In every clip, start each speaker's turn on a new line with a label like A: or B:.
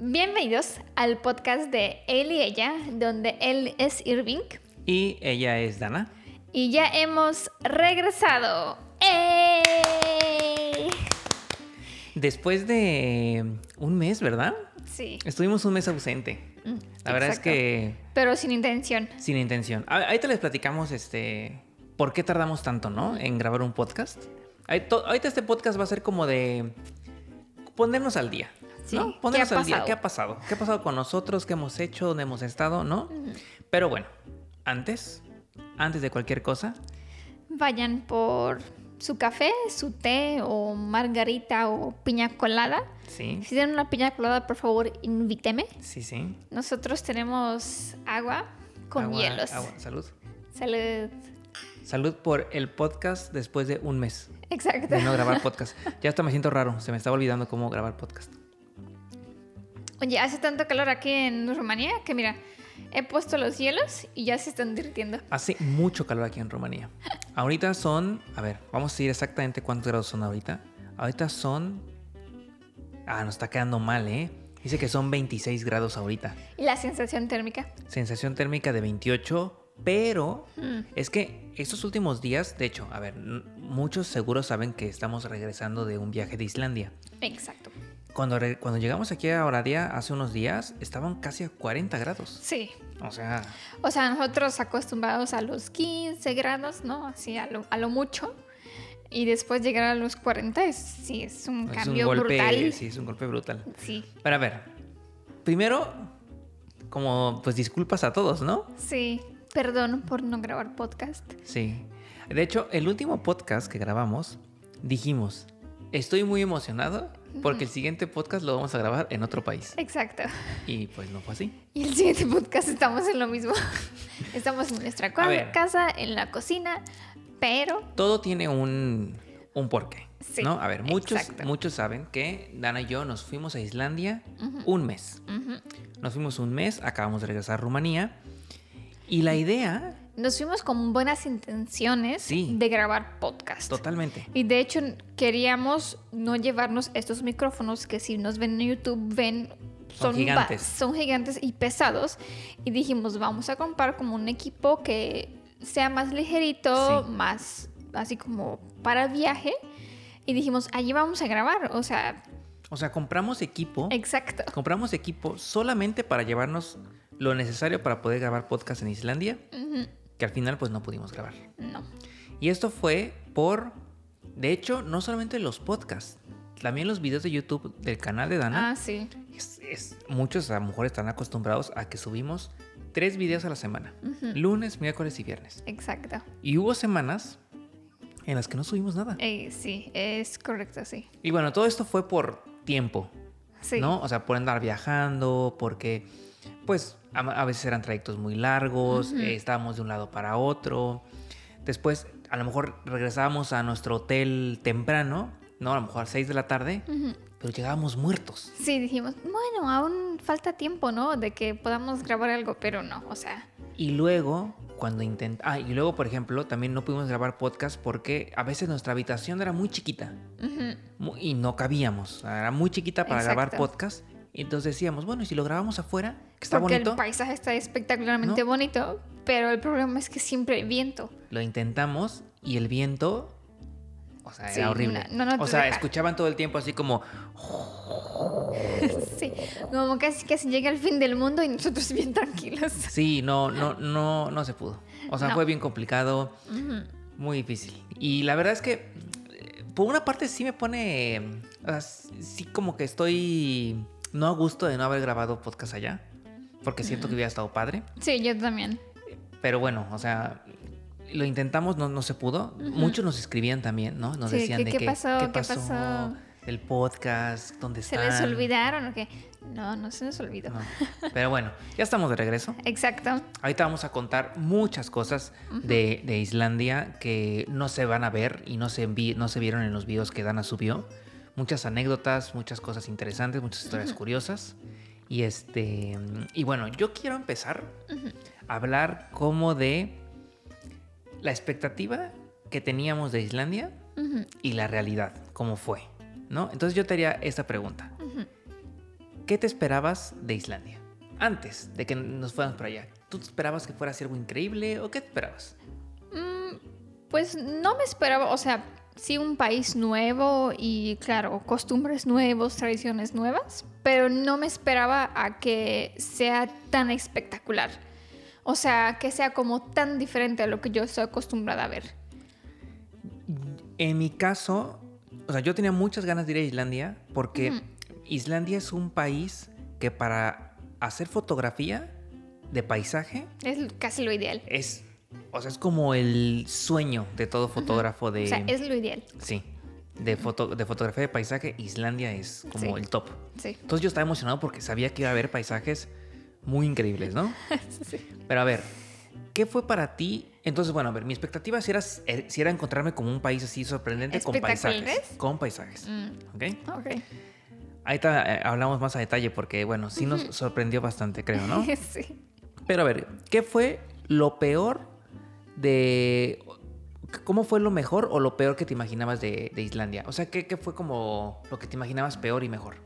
A: Bienvenidos al podcast de Él y Ella, donde él es Irving
B: Y ella es Dana.
A: y ya hemos regresado. ¡Ey!
B: Después de eh, un mes, ¿verdad?
A: Sí.
B: Estuvimos un mes ausente.
A: Mm,
B: La verdad
A: exacto.
B: es que
A: Pero sin intención.
B: sin intención. A- Ahí te les platicamos este por qué tardamos tanto, ¿no? En grabar un podcast. Ahí to- Ahorita este podcast va a ser como de ponernos al día.
A: Sí,
B: ¿no?
A: ¿qué
B: Ponernos
A: ha
B: al día.
A: pasado?
B: ¿Qué ha pasado? ¿Qué ha pasado con nosotros? ¿Qué hemos hecho? ¿Dónde hemos estado? ¿No? Pero bueno, antes, antes de cualquier cosa,
A: Vayan por su café, su té o margarita o piña colada.
B: sí,
A: Si tienen una piña colada, por favor, invíteme.
B: sí, sí.
A: Nosotros tenemos agua con
B: Agua-
A: hielos.
B: agua, salud.
A: Salud.
B: Salud por el podcast después de un mes
A: Exacto.
B: de no grabar podcast. Ya hasta me siento raro, se me estaba olvidando cómo grabar podcast.
A: Oye, hace tanto calor aquí en Rumanía que mira, he puesto los hielos y ya se están derritiendo.
B: Hace mucho calor aquí en Rumanía. Ahorita son, a ver, vamos a decir exactamente cuántos grados son ahorita. Ahorita son... Ah, nos está quedando mal, ¿eh? Dice que son 26 grados ahorita.
A: Y la sensación térmica.
B: Sensación térmica de 28, pero
A: Mm.
B: es que estos últimos días, de hecho, a ver, n- muchos seguros saben que estamos regresando de un viaje de Islandia.
A: Exacto.
B: Cuando, re- cuando llegamos aquí a Oradia hace unos días, estaban casi a 40 grados.
A: Sí.
B: O sea,
A: O sea, nosotros acostumbrados a los 15 grados, ¿no? Así a lo, a lo mucho. Y después llegar a los 40 es, sí, es un
B: es un
A: cambio
B: golpe.
A: brutal.
B: Sí, es un golpe brutal.
A: Sí,
B: Pero a ver, primero, como pues disculpas a todos, ¿no?
A: sí. Perdón por no grabar podcast.
B: Sí. De hecho, el último podcast que grabamos, dijimos, estoy muy emocionado porque el siguiente podcast lo vamos a grabar en otro país.
A: Exacto.
B: Y pues no fue así.
A: Y el siguiente podcast estamos en lo mismo. Estamos en nuestra cua-
B: ver.
A: casa, en la cocina, pero
B: Todo tiene un, un porqué.
A: Sí,
B: ¿no? A ver, muchos,
A: exacto.
B: muchos saben que Dana y yo nos fuimos a Islandia un mes.
A: ujú,
B: Nos fuimos un mes, acabamos de regresar a Rumanía. Y la idea,
A: nos fuimos con buenas intenciones
B: Sí.
A: de grabar podcast.
B: totalmente.
A: Y de hecho queríamos no llevarnos estos micrófonos que si nos ven en YouTube ven
B: Son
A: ba-
B: gigantes.
A: son gigantes y pesados y dijimos vamos a comprar como un equipo que sea más ligerito,
B: Sí.
A: más así como para viaje y dijimos allí vamos a grabar, o sea,
B: O sea, compramos equipo.
A: exacto.
B: Compramos equipo solamente para llevarnos lo necesario para poder grabar podcast en Islandia,
A: Ujú,
B: que al final pues no pudimos grabar.
A: No.
B: Y esto fue por, de hecho, no solamente los podcasts, también los videos de YouTube del canal de Dana.
A: Ah, sí.
B: Es- es- muchos a lo mejor están acostumbrados a que subimos tres videos a la semana, lunes, miércoles y viernes.
A: Exacto.
B: Y hubo semanas en las que no subimos nada.
A: Eh, sí, es correcto, sí.
B: Y bueno, todo esto fue por tiempo,
A: Sí.
B: ¿no? O sea, por andar viajando, porque pues a, a veces eran trayectos muy largos, eh, estábamos de un lado para otro. Después, a lo mejor regresábamos a nuestro hotel temprano, ¿no? A lo mejor a 6 de la tarde,
A: Ujú.
B: pero llegábamos muertos.
A: Sí, dijimos, bueno, aún falta tiempo, ¿no? De que podamos grabar algo, pero no, o sea,
B: Y luego, cuando intent... Ah, y luego, por ejemplo, también no pudimos grabar podcast porque a veces nuestra habitación era muy chiquita
A: ujú,
B: mu- y no cabíamos. Era muy chiquita para grabar
A: Exacto.
B: podcast. Y entonces decíamos, bueno, ¿y si lo grabamos afuera? Que está
A: porque
B: bonito.
A: el paisaje está espectacularmente
B: ¿No?
A: bonito, pero el problema es que siempre hay viento.
B: Lo intentamos y el viento... O sea,
A: Sí,
B: era horrible.
A: no- no, no
B: o
A: te
B: sea,
A: deja.
B: escuchaban todo el tiempo así como...
A: sí, como casi casi llega el fin del mundo y nosotros bien tranquilos.
B: Sí, no, no, no, no se pudo. O sea,
A: No.
B: fue bien complicado.
A: Ujú,
B: Muy difícil. Y la verdad es que, eh, por una parte, sí me pone. eh, o sea, sí, como que estoy no a gusto de no haber grabado podcast allá. Porque siento que hubiera estado padre.
A: Sí, yo también.
B: Pero bueno, o sea, lo intentamos, no, no se pudo. Muchos nos escribían también, ¿no? Nos
A: Sí,
B: decían
A: ¿qué-
B: de
A: qué
B: que,
A: pasó?
B: ¿Qué
A: ¿Qué
B: pasó?
A: pasó?
B: Del podcast, ¿dónde
A: ¿Se
B: están?
A: les olvidaron o qué? No, no se nos olvidó.
B: No. Pero bueno, ya estamos de regreso.
A: Exacto.
B: Ahorita vamos a contar muchas cosas de, de Islandia que no se van a ver y no se, vi- no se vieron en los videos que Dana subió. Muchas anécdotas, muchas cosas interesantes, muchas historias curiosas. Y este. Y bueno, yo quiero empezar a hablar como de la expectativa que teníamos de Islandia
A: Ujú,
B: y la realidad, cómo fue. ¿No? Entonces yo te haría esta pregunta. ¿Qué te esperabas de Islandia? Antes de que nos fuéramos para allá. ¿Tú te esperabas que fuera a ser algo increíble o qué te esperabas?
A: Mm, pues no me esperaba, o sea, sí un país nuevo y claro, costumbres nuevos, tradiciones nuevas, pero no me esperaba a que sea tan espectacular. O sea, que sea como tan diferente a lo que yo estoy acostumbrada a ver.
B: En mi caso, o sea, yo tenía muchas ganas de ir a Islandia porque
A: Ujú.
B: Islandia es un país que para hacer fotografía de paisaje
A: Es casi lo ideal.
B: es, o sea, es como el sueño de todo fotógrafo de...
A: O sea, es lo ideal.
B: Sí, de, foto, de fotografía de paisaje, Islandia es como
A: Sí.
B: el top.
A: Sí.
B: Entonces yo estaba emocionado porque sabía que iba a haber paisajes muy increíbles, ¿no?
A: Sí.
B: Pero a ver, ¿qué fue para ti? Entonces, bueno, a ver, mi expectativa sí era, eh, sí era encontrarme como un país así sorprendente con paisajes.
A: ¿Espectaculares?
B: Con paisajes.
A: Mm,
B: ¿Ok?
A: ok.
B: Ahí ta- eh, hablamos más a detalle porque, bueno, sí nos sorprendió bastante, creo, ¿no?
A: sí.
B: Pero a ver, ¿qué fue lo peor de... ¿Cómo fue lo mejor o lo peor que te imaginabas de, de Islandia? O sea, ¿qué, qué fue como lo que te imaginabas peor y mejor?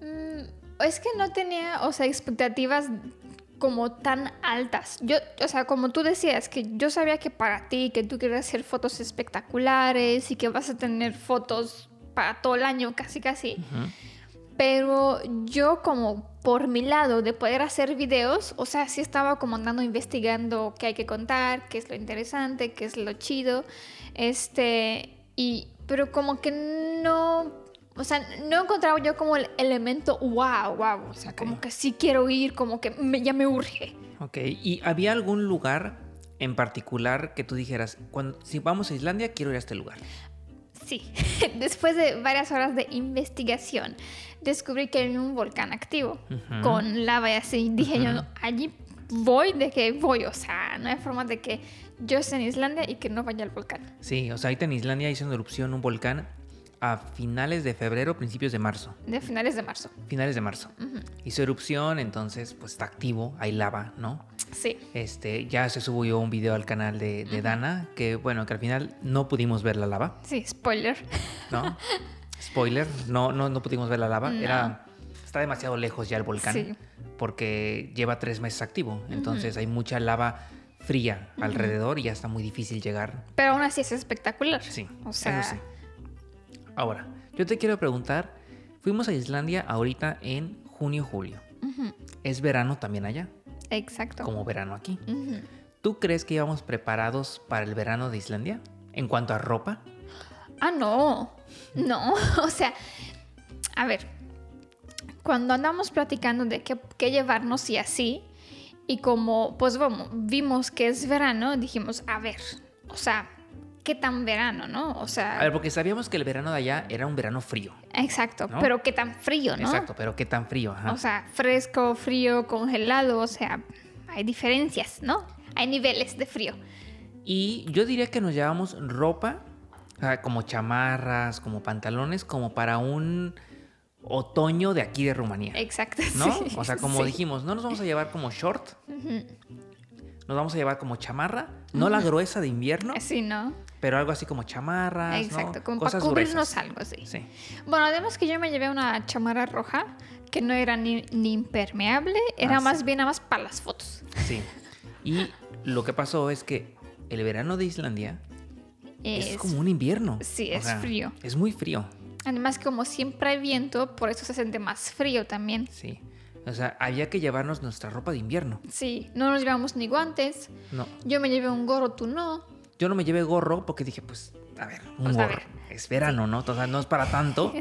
A: Mm, Es que no tenía, o sea, expectativas como tan altas. Yo, o sea, como tú decías, que yo sabía que para ti, que tú querías hacer fotos espectaculares y que vas a tener fotos para todo el año, casi casi. Pero yo como por mi lado de poder hacer videos, o sea, sí estaba como andando investigando qué hay que contar, qué es lo interesante, qué es lo chido, este, y, pero como que no, o sea, no encontraba yo como el elemento wow, wow, o sea, como
B: Ok.
A: que sí quiero ir, como que me- ya me urge.
B: Ok, ¿y había algún lugar en particular que tú dijeras, cuando, si vamos a Islandia, quiero ir a este lugar?
A: Sí, después de varias horas de investigación, descubrí que hay un volcán activo
B: Ujú.
A: con lava y así. Dije yo,
B: Ujú.
A: "No, allí voy de que voy, o sea, no hay forma de que yo esté en Islandia y que no vaya al volcán.
B: Sí, o sea, ahorita en Islandia hizo una erupción un volcán a finales de febrero, principios de marzo.
A: De finales de marzo.
B: Finales de marzo. Hizo erupción, entonces pues está activo, hay lava, ¿no?
A: Sí,
B: Este, ya se subió un video al canal de, de Dana, que bueno, que al final no pudimos ver la lava,
A: sí, spoiler.
B: ¿no? Spoiler, no, no, no pudimos ver la lava. Era, está demasiado lejos ya el volcán,
A: Sí.
B: porque lleva tres meses activo, entonces hay mucha lava fría alrededor y ya está muy difícil llegar
A: Pero aún así es espectacular.
B: Sí.
A: O sea,
B: eso sí. Ahora, yo te quiero preguntar, fuimos a Islandia ahorita en junio, julio.
A: ujú,
B: Es verano también allá,
A: exacto.
B: como verano aquí.
A: Ujú.
B: ¿Tú crees que íbamos preparados para el verano de Islandia? En cuanto a ropa,
A: Ah, no. No, o sea, a ver, cuando andamos platicando de qué, qué llevarnos y así, y como pues vamos, vimos que es verano, dijimos, a ver, o sea, ¿qué tan verano, no? O
B: a ver,
A: sea,
B: porque sabíamos que el verano de allá era un verano frío.
A: exacto,
B: ¿no?
A: pero ¿qué tan frío, no?
B: Exacto, pero qué tan frío, ajá.
A: O sea, fresco, frío, congelado, o sea, hay diferencias, ¿no? Hay niveles de frío.
B: Y yo diría que nos llevamos ropa, o sea, como chamarras, como pantalones, como para un otoño de aquí de Rumanía.
A: Exacto.
B: ¿no?
A: Eh, sí,
B: o sea, como
A: sí.
B: dijimos, no nos vamos a llevar como short, nos vamos a llevar como chamarra, no la gruesa de invierno,
A: Sí, ¿no?
B: pero algo así como chamarras, ¿no?
A: Exacto, como
B: cosas
A: para cubrirnos
B: gruesas.
A: algo, sí.
B: Sí.
A: Bueno, además que yo me llevé una chamarra roja que no era ni, ni impermeable, era
B: Ah, sí.
A: más bien nada más para las fotos.
B: sí. Y lo que pasó es que el verano de Islandia es,
A: Es-
B: como un invierno.
A: sí,
B: o
A: es frío.
B: Es muy frío,
A: Además, como siempre hay viento, por eso se siente más frío también.
B: sí. O sea, había que llevarnos nuestra ropa de invierno.
A: Sí, no nos llevamos ni guantes.
B: No,
A: Yo me llevé un gorro, tú no.
B: yo no me llevé gorro porque dije, pues, a ver, un
A: Pues, a
B: gorro.
A: ver.
B: Es verano, ¿no? O sea, no es para tanto.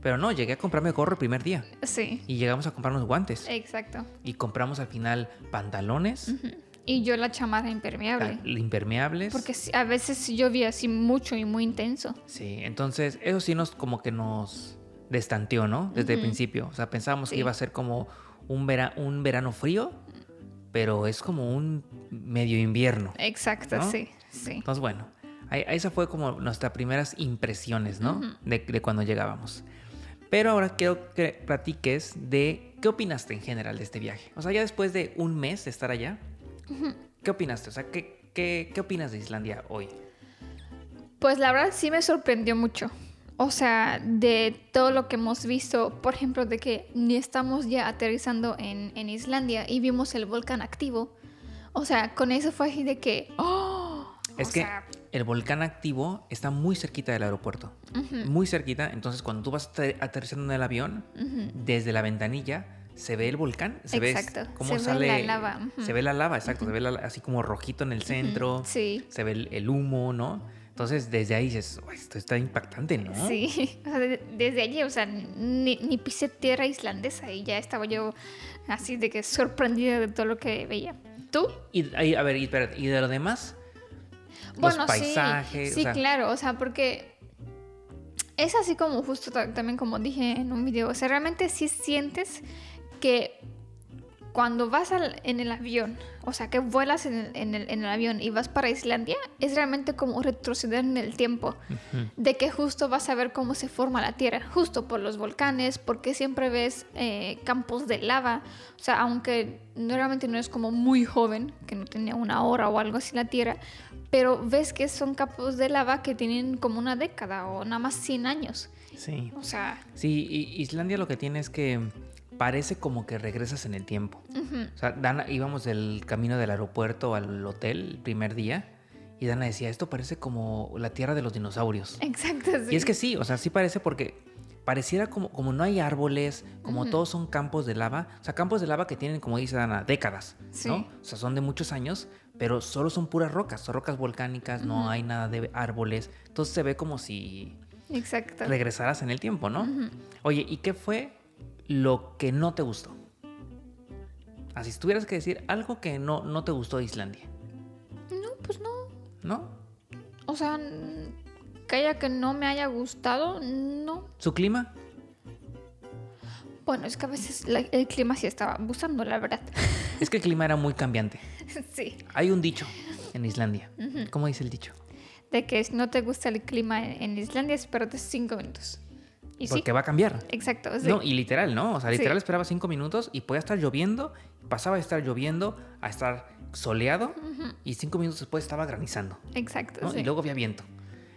B: Pero no, llegué a comprarme gorro el primer día.
A: Sí,
B: Y llegamos a comprarnos guantes.
A: exacto.
B: Y compramos al final pantalones,
A: Y yo la chamarra impermeable.
B: tal- impermeables.
A: Porque sí, a veces llovía así mucho y muy intenso.
B: Sí, entonces eso sí nos como que nos destanteó, ¿no? Desde el principio. O sea, pensábamos que
A: Sí.
B: iba a ser como un, vera- un verano frío, pero es como un medio invierno.
A: Exacto,
B: ¿No?
A: sí, sí.
B: Entonces, bueno, ahí- ahí esa fue como nuestras primeras impresiones, ¿no? de, de cuando llegábamos. Pero ahora quiero que platiques de qué opinaste en general de este viaje. O sea, ya después de un mes de estar allá, ¿qué opinaste? O sea, ¿qué, qué, qué opinas de Islandia hoy?
A: Pues la verdad sí me sorprendió mucho. O sea, de todo lo que hemos visto, por ejemplo, de que ni estamos ya aterrizando en, en Islandia y vimos el volcán activo. O sea, con eso fue así de que... ¡oh!
B: Es
A: O
B: que
A: sea,
B: el volcán activo está muy cerquita del aeropuerto. Muy cerquita. Entonces, cuando tú vas te- aterrizando en el avión, desde la ventanilla se ve el volcán. Se ve
A: Exacto,
B: cómo
A: se ve
B: sale.
A: la lava, ujú.
B: Se ve la lava, exacto. Se ve la- así como rojito en el centro.
A: sí.
B: Se ve el, el humo, ¿no? Entonces, desde ahí dices, "Uy, esto está impactante, ¿no?
A: Sí, o sea, de- desde allí, o sea, ni, ni pisé tierra islandesa y ya estaba yo así de que sorprendida de todo lo que veía. ¿Tú?
B: Y, ahí, a ver, y, espérate, ¿y de lo demás? Los paisajes.
A: sí,
B: o
A: sí,
B: sea,
A: claro, o sea, porque es así como justo ta- también como dije en un video, o sea, realmente sí sientes que cuando vas al- en el avión, o sea, que vuelas en el, en el- en el avión y vas para Islandia, es realmente como retroceder en el tiempo, de que justo vas a ver cómo se forma la Tierra, justo por los volcanes, porque siempre ves eh, campos de lava, o sea, aunque no- realmente no es como muy joven, que no tenía una hora o algo así la Tierra, pero ves que son campos de lava que tienen como una década o nada más 100 años,
B: Sí.
A: o sea,
B: Sí, y Islandia lo que tiene es que parece como que regresas en el tiempo. O sea, Dana, íbamos del camino del aeropuerto al hotel el primer día y Dana decía, esto parece como la tierra de los dinosaurios.
A: exacto.
B: Y
A: sí.
B: es que sí, o sea, sí parece porque pareciera como, como no hay árboles, como todos son campos de lava, o sea, campos de lava que tienen, como dice Dana, décadas,
A: Sí.
B: ¿no? O sea, son de muchos años, pero solo son puras rocas, son rocas volcánicas, no hay nada de árboles, entonces se ve como si
A: Exacto.
B: regresarás en el tiempo, ¿no? Oye, ¿y qué fue lo que no te gustó? Así si tuvieras que decir algo que no, no te gustó de Islandia,
A: No, pues no,
B: ¿no?
A: o sea, n- que haya que no me haya gustado, no.
B: ¿Su clima?
A: Bueno, es que a veces la- el clima sí estaba abusando, la verdad.
B: Es que el clima era muy cambiante.
A: sí.
B: Hay un dicho en Islandia. ¿Cómo dice el dicho?
A: de que si no te gusta el clima en, en Islandia, espérate cinco minutos. Y sí,
B: Porque va a cambiar.
A: exacto. sí.
B: No, y literal, ¿no? O sea, literal
A: Sí.
B: esperaba cinco minutos y podía estar lloviendo, pasaba de estar lloviendo a estar soleado y cinco minutos después estaba granizando.
A: exacto.
B: ¿no?
A: sí.
B: Y luego había viento.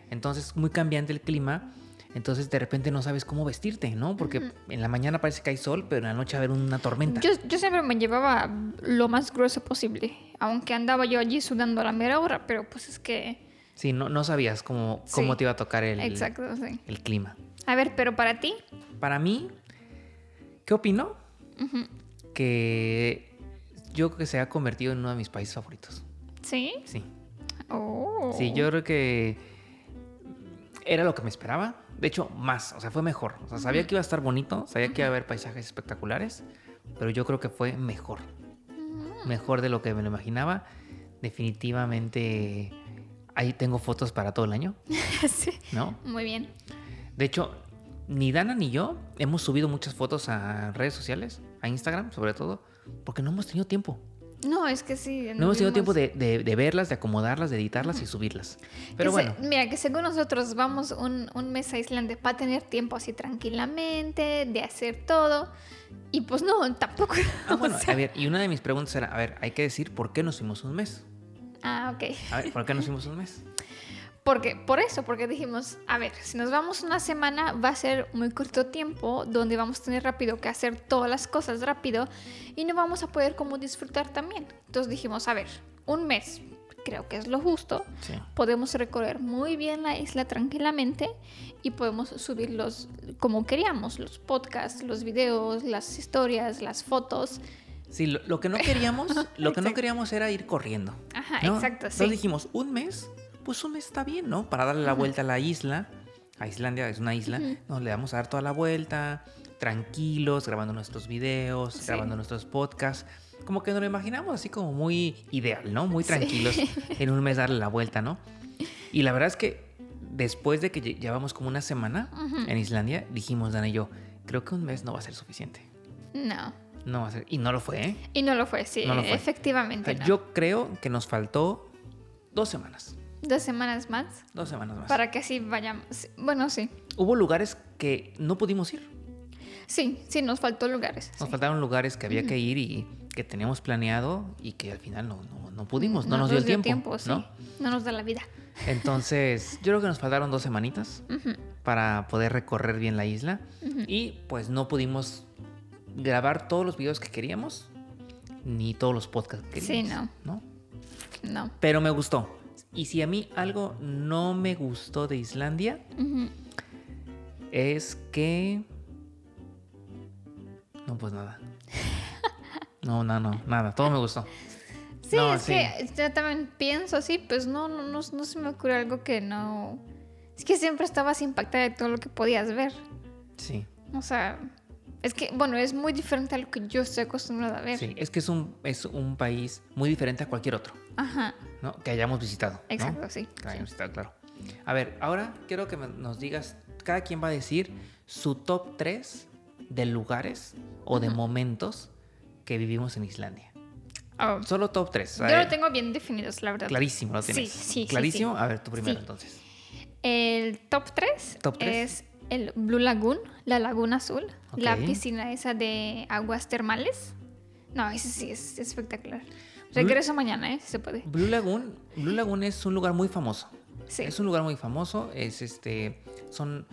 B: Entonces, muy cambiante el clima. Entonces, de repente no sabes cómo vestirte, ¿no? Porque en la mañana parece que hay sol, pero en la noche va a haber una tormenta.
A: yo, yo siempre me llevaba lo más grueso posible, aunque andaba yo allí sudando a la mera hora, pero pues es que...
B: Sí, no, no sabías cómo, cómo
A: Sí.
B: te iba a tocar el,
A: Exacto, sí.
B: el clima.
A: A ver, pero para ti,
B: Para mí, ¿qué opino? Que yo creo que se ha convertido en uno de mis países favoritos.
A: ¿sí?
B: Sí.
A: Oh.
B: Sí, yo creo que era lo que me esperaba. De hecho, más, o sea, fue mejor. O sea, sabía que iba a estar bonito, sabía que iba a haber paisajes espectaculares, pero yo creo que fue mejor. Mejor de lo que me lo imaginaba. Definitivamente, ahí tengo fotos para todo el año,
A: Sí.
B: ¿no?
A: Muy bien.
B: De hecho, ni Dana ni yo hemos subido muchas fotos a redes sociales, a Instagram sobre todo, porque no hemos tenido tiempo.
A: No, es que sí.
B: No hemos tenido
A: vivimos-
B: tiempo de, de- de verlas, de acomodarlas, de editarlas y subirlas. Pero
A: Que se-
B: bueno,
A: mira, que según nosotros vamos un, un mes a Islandia para tener tiempo así tranquilamente, de hacer todo. Y pues no, tampoco.
B: Ah, bueno,
A: O sea,
B: a ver, y una de mis preguntas era, a ver, hay que decir por qué nos fuimos un mes.
A: ah, ok.
B: A ver, ¿por qué nos fuimos un mes?
A: Porque, por eso, porque dijimos, a ver, si nos vamos una semana va a ser muy corto tiempo donde vamos a tener rápido que hacer todas las cosas rápido y no vamos a poder como disfrutar también. Entonces dijimos, a ver, un mes creo que es lo justo.
B: Sí.
A: Podemos recorrer muy bien la isla tranquilamente y podemos subirlos como queríamos, los podcasts, los videos, las historias, las fotos.
B: Sí, lo, lo que no queríamos, lo que no
A: Exacto.
B: queríamos era ir corriendo.
A: Ajá,
B: ¿no?
A: Ah, exacto,
B: Entonces
A: sí.
B: dijimos, un mes, pues un mes está bien, ¿no? Para darle la vuelta a la isla. A Islandia es una isla. Nos le damos a dar toda la vuelta, tranquilos, grabando nuestros videos,
A: Sí.
B: grabando nuestros podcasts. Como que nos lo imaginamos así como muy ideal, ¿no? Muy tranquilos en un mes darle la vuelta, ¿no? Y la verdad es que después de que lle- llevamos como una semana en Islandia, dijimos Dana y yo, creo que un mes no va a ser suficiente.
A: No.
B: No va a ser. Y no lo fue, ¿eh?
A: Y no lo fue, sí,
B: No lo fue. O
A: efectivamente.
B: sea,
A: no.
B: yo creo que nos faltó dos semanas.
A: Dos semanas más.
B: Dos semanas más.
A: Para que así vayamos. Bueno, sí.
B: Hubo lugares que no pudimos ir.
A: Sí, sí, nos faltó lugares.
B: Nos
A: sí.
B: faltaron lugares que había que ir y que teníamos planeado y que al final no, no, no pudimos, no, nos dio el tiempo.
A: sí.
B: ¿no?
A: No nos da la vida.
B: Entonces, yo creo que nos faltaron dos semanitas, para poder recorrer bien la isla. Y pues no pudimos grabar todos los videos que queríamos, ni todos los podcasts que
A: Sí,
B: queríamos. ¿no?
A: No.
B: Pero me gustó. Y si a mí algo no me gustó de Islandia,
A: Ujú.
B: es que... No, pues nada. No, no, no, nada. Todo me gustó.
A: Sí,
B: No,
A: es que yo también pienso así, pues no, no, no, no se me ocurre algo que no. Es que siempre estabas impactada de todo lo que podías ver.
B: Sí,
A: O sea, es que, bueno, es muy diferente a lo que yo estoy acostumbrada a ver.
B: sí. Es que es un, es un país muy diferente a cualquier otro,
A: Ajá,
B: ¿no? Que hayamos visitado. ¿no?
A: exacto, sí.
B: Que hayamos visitado, claro. A ver, ahora quiero que me- nos digas, cada quien va a decir su top 3 de lugares o de momentos que vivimos en Islandia.
A: Oh,
B: Solo top 3.
A: Yo lo tengo bien definido, la verdad.
B: Clarísimo, lo
A: Sí,
B: tienes.
A: sí, sí,
B: Clarísimo. A ver, tú primero
A: Sí.
B: entonces.
A: El top 3
B: Top tres.
A: es el Blue Lagoon, la Laguna Azul, la
B: Ok.
A: piscina esa de aguas termales. No, ese sí es espectacular.
B: Blue-
A: Regreso mañana, ¿eh? Si se puede.
B: Blue Lagoon, Blue Lagoon es un lugar muy famoso.
A: Sí.
B: Es un lugar muy famoso, es este, son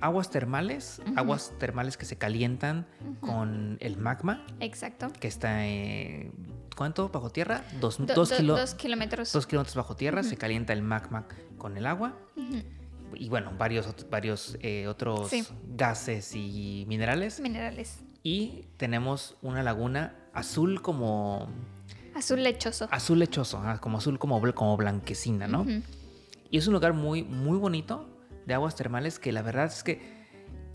B: aguas termales, aguas termales que se calientan con el magma
A: Exacto.
B: que está, eh, ¿cuánto? ¿Bajo tierra? Dos,
A: Do-
B: dos
A: do-
B: kilo-
A: dos kilómetros.
B: dos kilómetros bajo tierra, se calienta el magma con el agua y bueno, varios, ot- varios eh, otros
A: Sí.
B: gases y minerales.
A: minerales.
B: Y tenemos una laguna azul como
A: Azul lechoso.
B: azul lechoso, ajá, como azul como, bl- como blanquecina, Ah, ¿no?
A: Ujú.
B: Y es un lugar muy, muy bonito de aguas termales que la verdad es que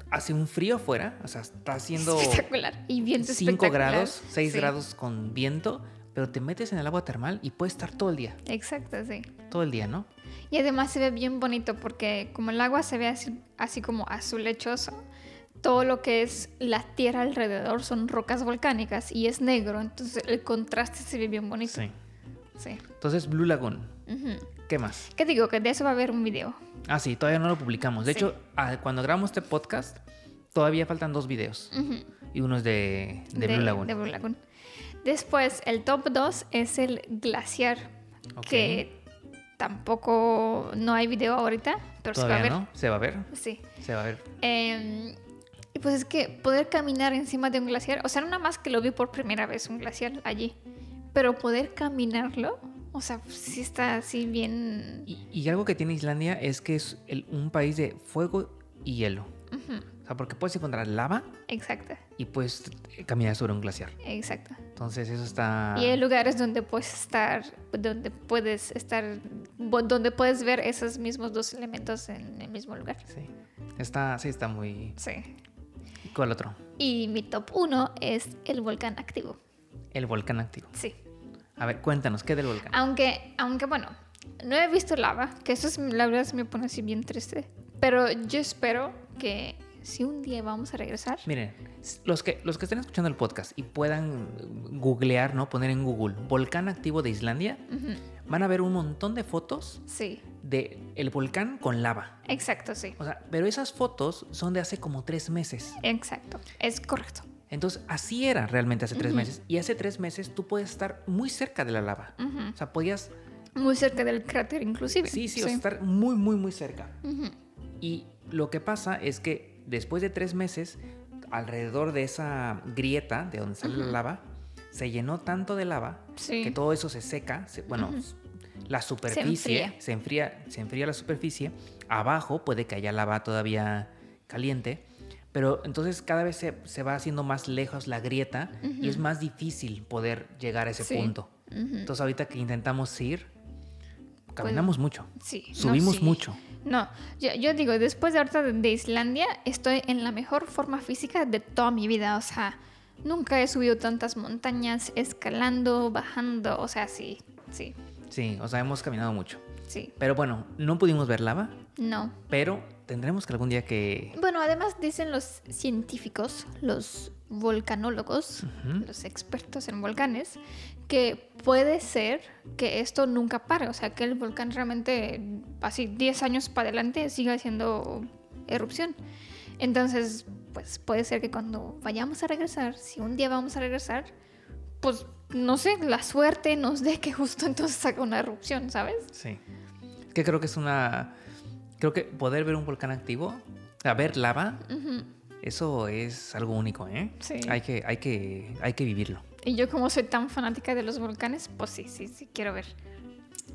B: hace un frío afuera, o sea, está haciendo
A: Espectacular. Y viento
B: 5
A: espectacular.
B: grados, 6
A: Sí,
B: grados con viento, pero te metes en el agua termal y puedes estar todo el día,
A: Exacto, sí.
B: todo el día, ¿no?
A: Y además se ve bien bonito porque como el agua se ve así, así como azul lechoso, todo lo que es la tierra alrededor son rocas volcánicas y es negro, entonces el contraste se ve bien bonito. Sí.
B: Entonces, Blue Lagoon,
A: Ujú.
B: ¿qué más?
A: ¿Qué digo? Que de eso va a haber un video.
B: Ah, sí, todavía no lo publicamos. De
A: Sí.
B: hecho, a- cuando grabamos este podcast, todavía faltan dos videos.
A: Ujú.
B: Y uno es de, de Blue Lagoon.
A: Mm. de Blue Lagoon. Después, el top 2 es el glaciar,
B: Ok.
A: que tampoco no hay video ahorita, pero se va a
B: todavía
A: ver.
B: no, se va a ver,
A: Sí.
B: se va a ver.
A: Em, y pues es que poder caminar encima de un glaciar, o sea, nada más que lo vi por primera vez un glaciar allí, pero poder caminarlo, o sea, sí está así bien.
B: Y, y algo que tiene Islandia es que es el- un país de fuego y hielo.
A: Ujú,
B: O sea, porque puedes encontrar lava
A: Exacto,
B: y puedes eh, caminar sobre un glaciar.
A: exacto.
B: Entonces eso está...
A: Y hay lugares donde puedes estar, donde puedes estar, bo- donde puedes ver esos mismos dos elementos en el mismo lugar.
B: Sí. Está, sí, está muy...
A: Sí.
B: ¿Cuál otro?
A: Y mi top 1 es el volcán activo.
B: El volcán activo.
A: Sí.
B: A ver, cuéntanos, ¿qué del volcán?
A: Ah. Aunque, aunque bueno, no he visto lava, que eso es, la verdad se me pone así bien triste. Pero yo espero que si un día vamos a regresar.
B: Miren, s- los que, los que estén escuchando el podcast y puedan eh, googlear, ¿no? Poner en Google volcán activo de Islandia,
A: Ujú,
B: van a ver un montón de fotos
A: Sí,
B: de el volcán con lava.
A: exacto, sí.
B: O sea, pero esas fotos son de hace como tres meses.
A: Exacto, es correcto.
B: Entonces, así era realmente hace tres
A: Ujú.
B: meses. Y hace tres meses tú puedes estar muy cerca de la lava.
A: Ujú.
B: O sea, podías...
A: Muy cerca del cráter, inclusive.
B: Sí, sí, o sea, estar muy, muy, muy cerca.
A: Ujú,
B: Y lo que pasa es que después de tres meses, alrededor de esa grieta de donde sale la lava, se llenó tanto de lava
A: Sí.
B: que todo eso se seca. se- bueno, la superficie
A: enfría.
B: se enfría, se enfría la superficie. Abajo puede que haya lava todavía caliente. Pero entonces cada vez se, se va haciendo más lejos la grieta y es más difícil poder llegar a ese
A: Sí.
B: punto.
A: ujú.
B: Entonces ahorita que intentamos ir,
A: Pues
B: caminamos mucho.
A: Sí, no,
B: Subimos
A: sí.
B: mucho.
A: No, yo, yo digo, después de ahorita de, de Islandia, estoy en la mejor forma física de toda mi vida. O sea, nunca he subido tantas montañas, escalando, bajando. O sea, sí, sí,
B: Sí, o sea, hemos caminado mucho.
A: sí.
B: Pero bueno, no pudimos ver lava,
A: No.
B: pero tendremos que algún día que...
A: Bueno, además dicen los científicos, los volcanólogos,
B: ¿Mm?
A: los expertos en volcanes, que puede ser que esto nunca pare, o sea, que el volcán realmente así 10 años para adelante siga haciendo erupción. Entonces, pues puede ser que cuando vayamos a regresar, si un día vamos a regresar, pues no sé, la suerte nos dé que justo entonces haga una erupción, ¿sabes?
B: Sí. Que creo que es una... Creo que poder ver un volcán activo, a ver lava, eso es algo único, ¿eh?
A: Sí.
B: Hay que, hay que, hay que vivirlo.
A: Y yo como soy tan fanática de los volcanes, pues sí, sí, sí, quiero ver.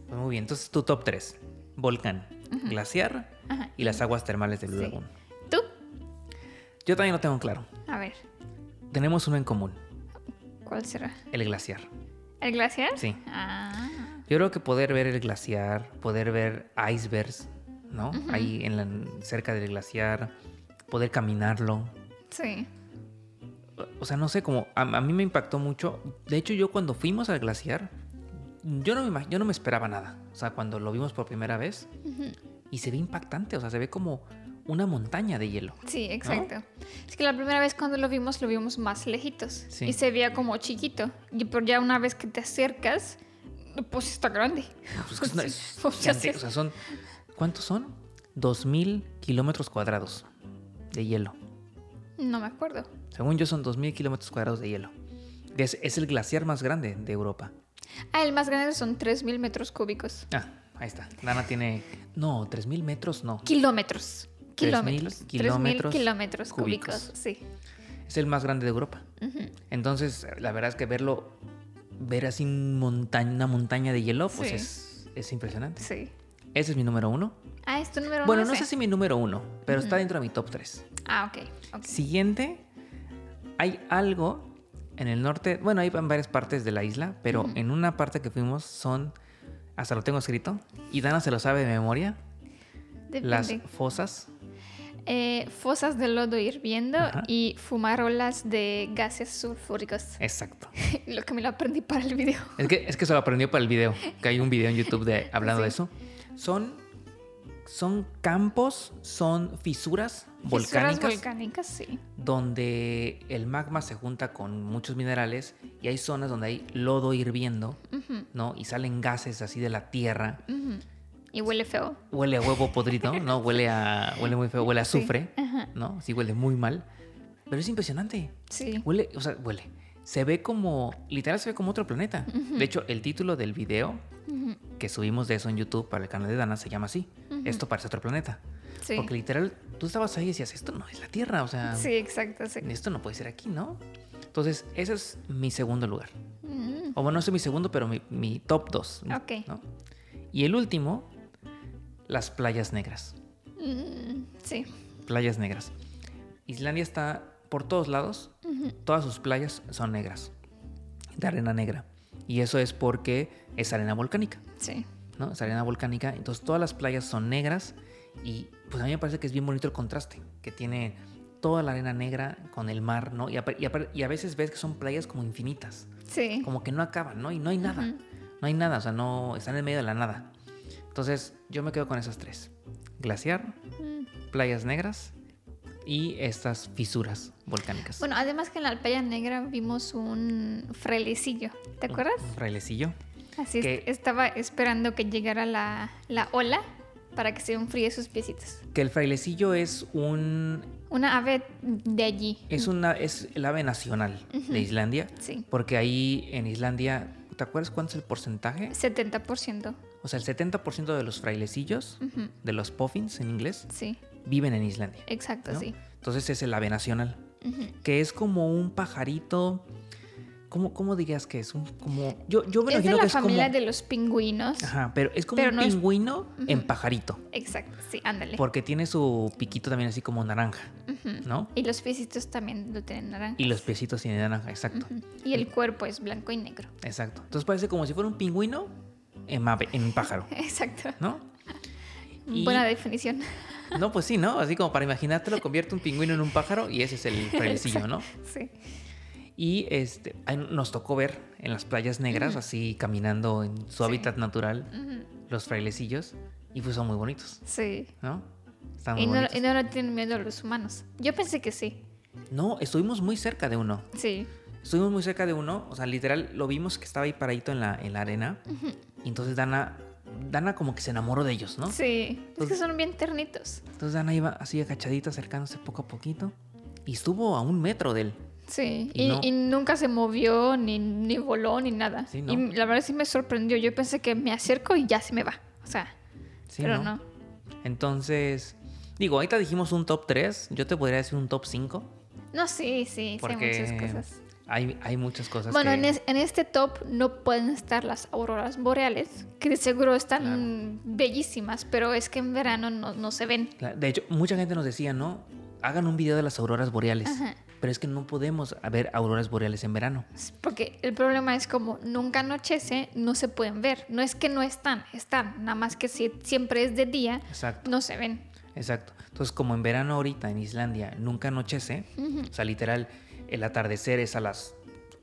B: Pues muy bien, entonces tu top 3. Volcán, glaciar
A: Ajá.
B: y las aguas termales de Blue
A: Sí.
B: Lagoon.
A: ¿Tú?
B: Yo también lo tengo claro.
A: A ver,
B: Tenemos uno en común,
A: ¿cuál será?
B: el glaciar.
A: ¿El glaciar?
B: Sí.
A: Ah,
B: Yo creo que poder ver el glaciar, poder ver icebergs, ¿no? Ahí en la- cerca del glaciar, poder caminarlo.
A: sí.
B: O sea, no sé, como a, a mí me impactó mucho. De hecho, yo cuando fuimos al glaciar, yo no me, imag- yo no me esperaba nada. O sea, cuando lo vimos por primera vez, y se ve impactante, o sea, se ve como una montaña de hielo.
A: Sí, exacto. Es que la primera vez cuando lo vimos, lo vimos más lejitos.
B: Sí.
A: Y se veía como chiquito. Y por ya una vez que te acercas, pues está grande.
B: Pues, es una- es
A: O sea, sí
B: gigante-
A: es-
B: o sea, son. ¿Cuántos son? 2.000 kilómetros cuadrados de hielo.
A: No me acuerdo.
B: Según yo, son 2.000 kilómetros cuadrados de hielo. Es, es el glaciar más grande de Europa.
A: Ah, el más grande son 3.000 metros cúbicos.
B: Ah, ahí está. Nana tiene. No, 3.000 metros no.
A: Kilómetros.
B: 3,000
A: Kilómetros. 3.000 kilómetros,
B: kilómetros
A: kilómetros cúbicos.
B: cúbicos.
A: Sí.
B: Es el más grande de Europa. Entonces, la verdad es que verlo. Ver así un monta- una montaña de hielo, pues
A: Sí.
B: es, es impresionante.
A: Sí.
B: Ese es mi número uno.
A: Ah, es tu número
B: Bueno,
A: uno
B: no
A: ese?
B: sé si mi número uno, pero está dentro de mi top 3.
A: Ah, ok. ok.
B: Siguiente, hay algo en el norte, bueno, hay en varias partes de la isla, pero en una parte que fuimos son, hasta lo tengo escrito, y Dana se lo sabe de memoria,
A: Depende.
B: las fosas.
A: Eh, fosas de lodo hirviendo
B: Ajá.
A: y fumarolas de gases sulfúricos.
B: Exacto.
A: lo que me lo aprendí para el video.
B: Es que, es que se lo aprendió para el video, que hay un video en YouTube de, hablando de
A: Sí.
B: eso. Son, son campos, son fisuras
A: Fisuras
B: volcánicas.
A: volcánicas, sí.
B: donde el magma se junta con muchos minerales y hay zonas donde hay lodo hirviendo, ¿no? Y salen gases así de la tierra.
A: Y huele feo.
B: Huele a huevo podrido, ¿no? Huele a huele muy feo, huele a azufre, ¿no? Sí huele muy mal, pero es impresionante.
A: Sí.
B: Huele, o sea, huele. Se ve como literal se ve como otro planeta. De hecho, el título del video que subimos de eso en YouTube para el canal de Dana se llama así. Esto parece otro planeta.
A: Sí.
B: Porque literal tú estabas ahí y decías, esto no es la Tierra, o sea,
A: Sí, exacto, sí.
B: esto no puede ser aquí, ¿no? Entonces, ese es mi segundo lugar. O bueno, no es mi segundo, pero mi, mi top 2.
A: Ok.
B: Y el último, las playas negras.
A: Sí.
B: Playas negras. Islandia está por todos lados, todas sus playas son negras, de arena negra. Y eso es porque es arena volcánica,
A: Sí.
B: ¿no? Es arena volcánica, entonces todas las playas son negras y pues a mí me parece que es bien bonito el contraste, que tiene toda la arena negra con el mar, ¿no? Y, apa- y apa- y a veces ves que son playas como infinitas,
A: Sí.
B: como que no acaban, ¿no? Y no hay nada, no hay nada, o sea, no, están en medio de la nada. Entonces yo me quedo con esas tres. Glaciar, playas negras y estas fisuras volcánicas.
A: Bueno, además que en la playa negra vimos un frailecillo, ¿te acuerdas?
B: Un Frailecillo.
A: Así es-
B: que-
A: estaba esperando que llegara la, la ola para que se enfríe sus piecitos.
B: Que el frailecillo es un
A: Una ave de allí.
B: Es una es el ave nacional de Islandia.
A: Sí.
B: Porque ahí en Islandia, ¿te acuerdas cuánto es el porcentaje?
A: 70%,
B: O sea, el 70% de los frailecillos, de los puffins en inglés,
A: sí.
B: viven en Islandia.
A: Exacto,
B: ¿no?
A: sí.
B: Entonces es el ave nacional, que es como un pajarito. ¿Cómo, cómo dirías que es? Un, como, yo, yo me
A: es de
B: imagino
A: la
B: que es como.
A: familia de los pingüinos.
B: Ajá, pero es como
A: pero
B: un
A: no es-
B: pingüino en pajarito.
A: Exacto, sí, ándale.
B: Porque tiene su piquito también así como naranja, ¿no?
A: Y los piecitos también lo tienen naranja. Mm.
B: Y los piecitos tienen naranja, exacto.
A: Y el cuerpo es blanco y negro.
B: Exacto. Entonces parece como si fuera un pingüino en, ave- en un pájaro,
A: Exacto.
B: ¿no? Y-
A: Buena definición.
B: No, pues sí, ¿no? Así como para imaginártelo, convierte un pingüino en un pájaro y ese es el frailecillo, ¿no?
A: Sí.
B: Y este, ahí nos tocó ver en las playas negras, así caminando en su hábitat natural, los frailecillos, y pues son muy bonitos,
A: Sí.
B: ¿no? Están muy
A: Y no,
B: bonitos.
A: y no le tienen miedo a los humanos. Yo pensé que sí.
B: No, estuvimos muy cerca de uno.
A: Sí.
B: Estuvimos muy cerca de uno, o sea, literal lo vimos que estaba ahí paradito en la, en la arena. Y entonces Dana, Dana como que se enamoró de ellos, ¿no? Pues
A: Sí. Es que son bien ternitos.
B: Entonces Dana iba así agachadita, acercándose poco a poquito. Y estuvo a un metro de él.
A: Sí.
B: Y
A: Y,
B: no-
A: y nunca se movió, ni, ni voló, ni nada.
B: Sí, ¿no?
A: Y la verdad sí me sorprendió. Yo pensé que me acerco y ya se me va. O sea,
B: Sí,
A: pero no.
B: Entonces, digo, ahorita dijimos un top 3, yo te podría decir un top 5.
A: No, sí, sí, sí, hay muchas cosas.
B: Hay, hay muchas cosas.
A: Bueno,
B: que-
A: en, es- en este top no pueden estar las auroras boreales, que de seguro están bellísimas, pero es que en verano no, no se ven.
B: La- De hecho, mucha gente nos decía, ¿no? Hagan un video de las auroras boreales.
A: Ajá.
B: Pero es que no podemos ver auroras boreales en verano.
A: Es Porque el problema es como nunca anochece, no se pueden ver. No es que no están, están, nada más que si siempre es de día,
B: Exacto,
A: no se ven.
B: exacto. Entonces, como en verano ahorita en Islandia nunca anochece, o sea, literal, el atardecer es a las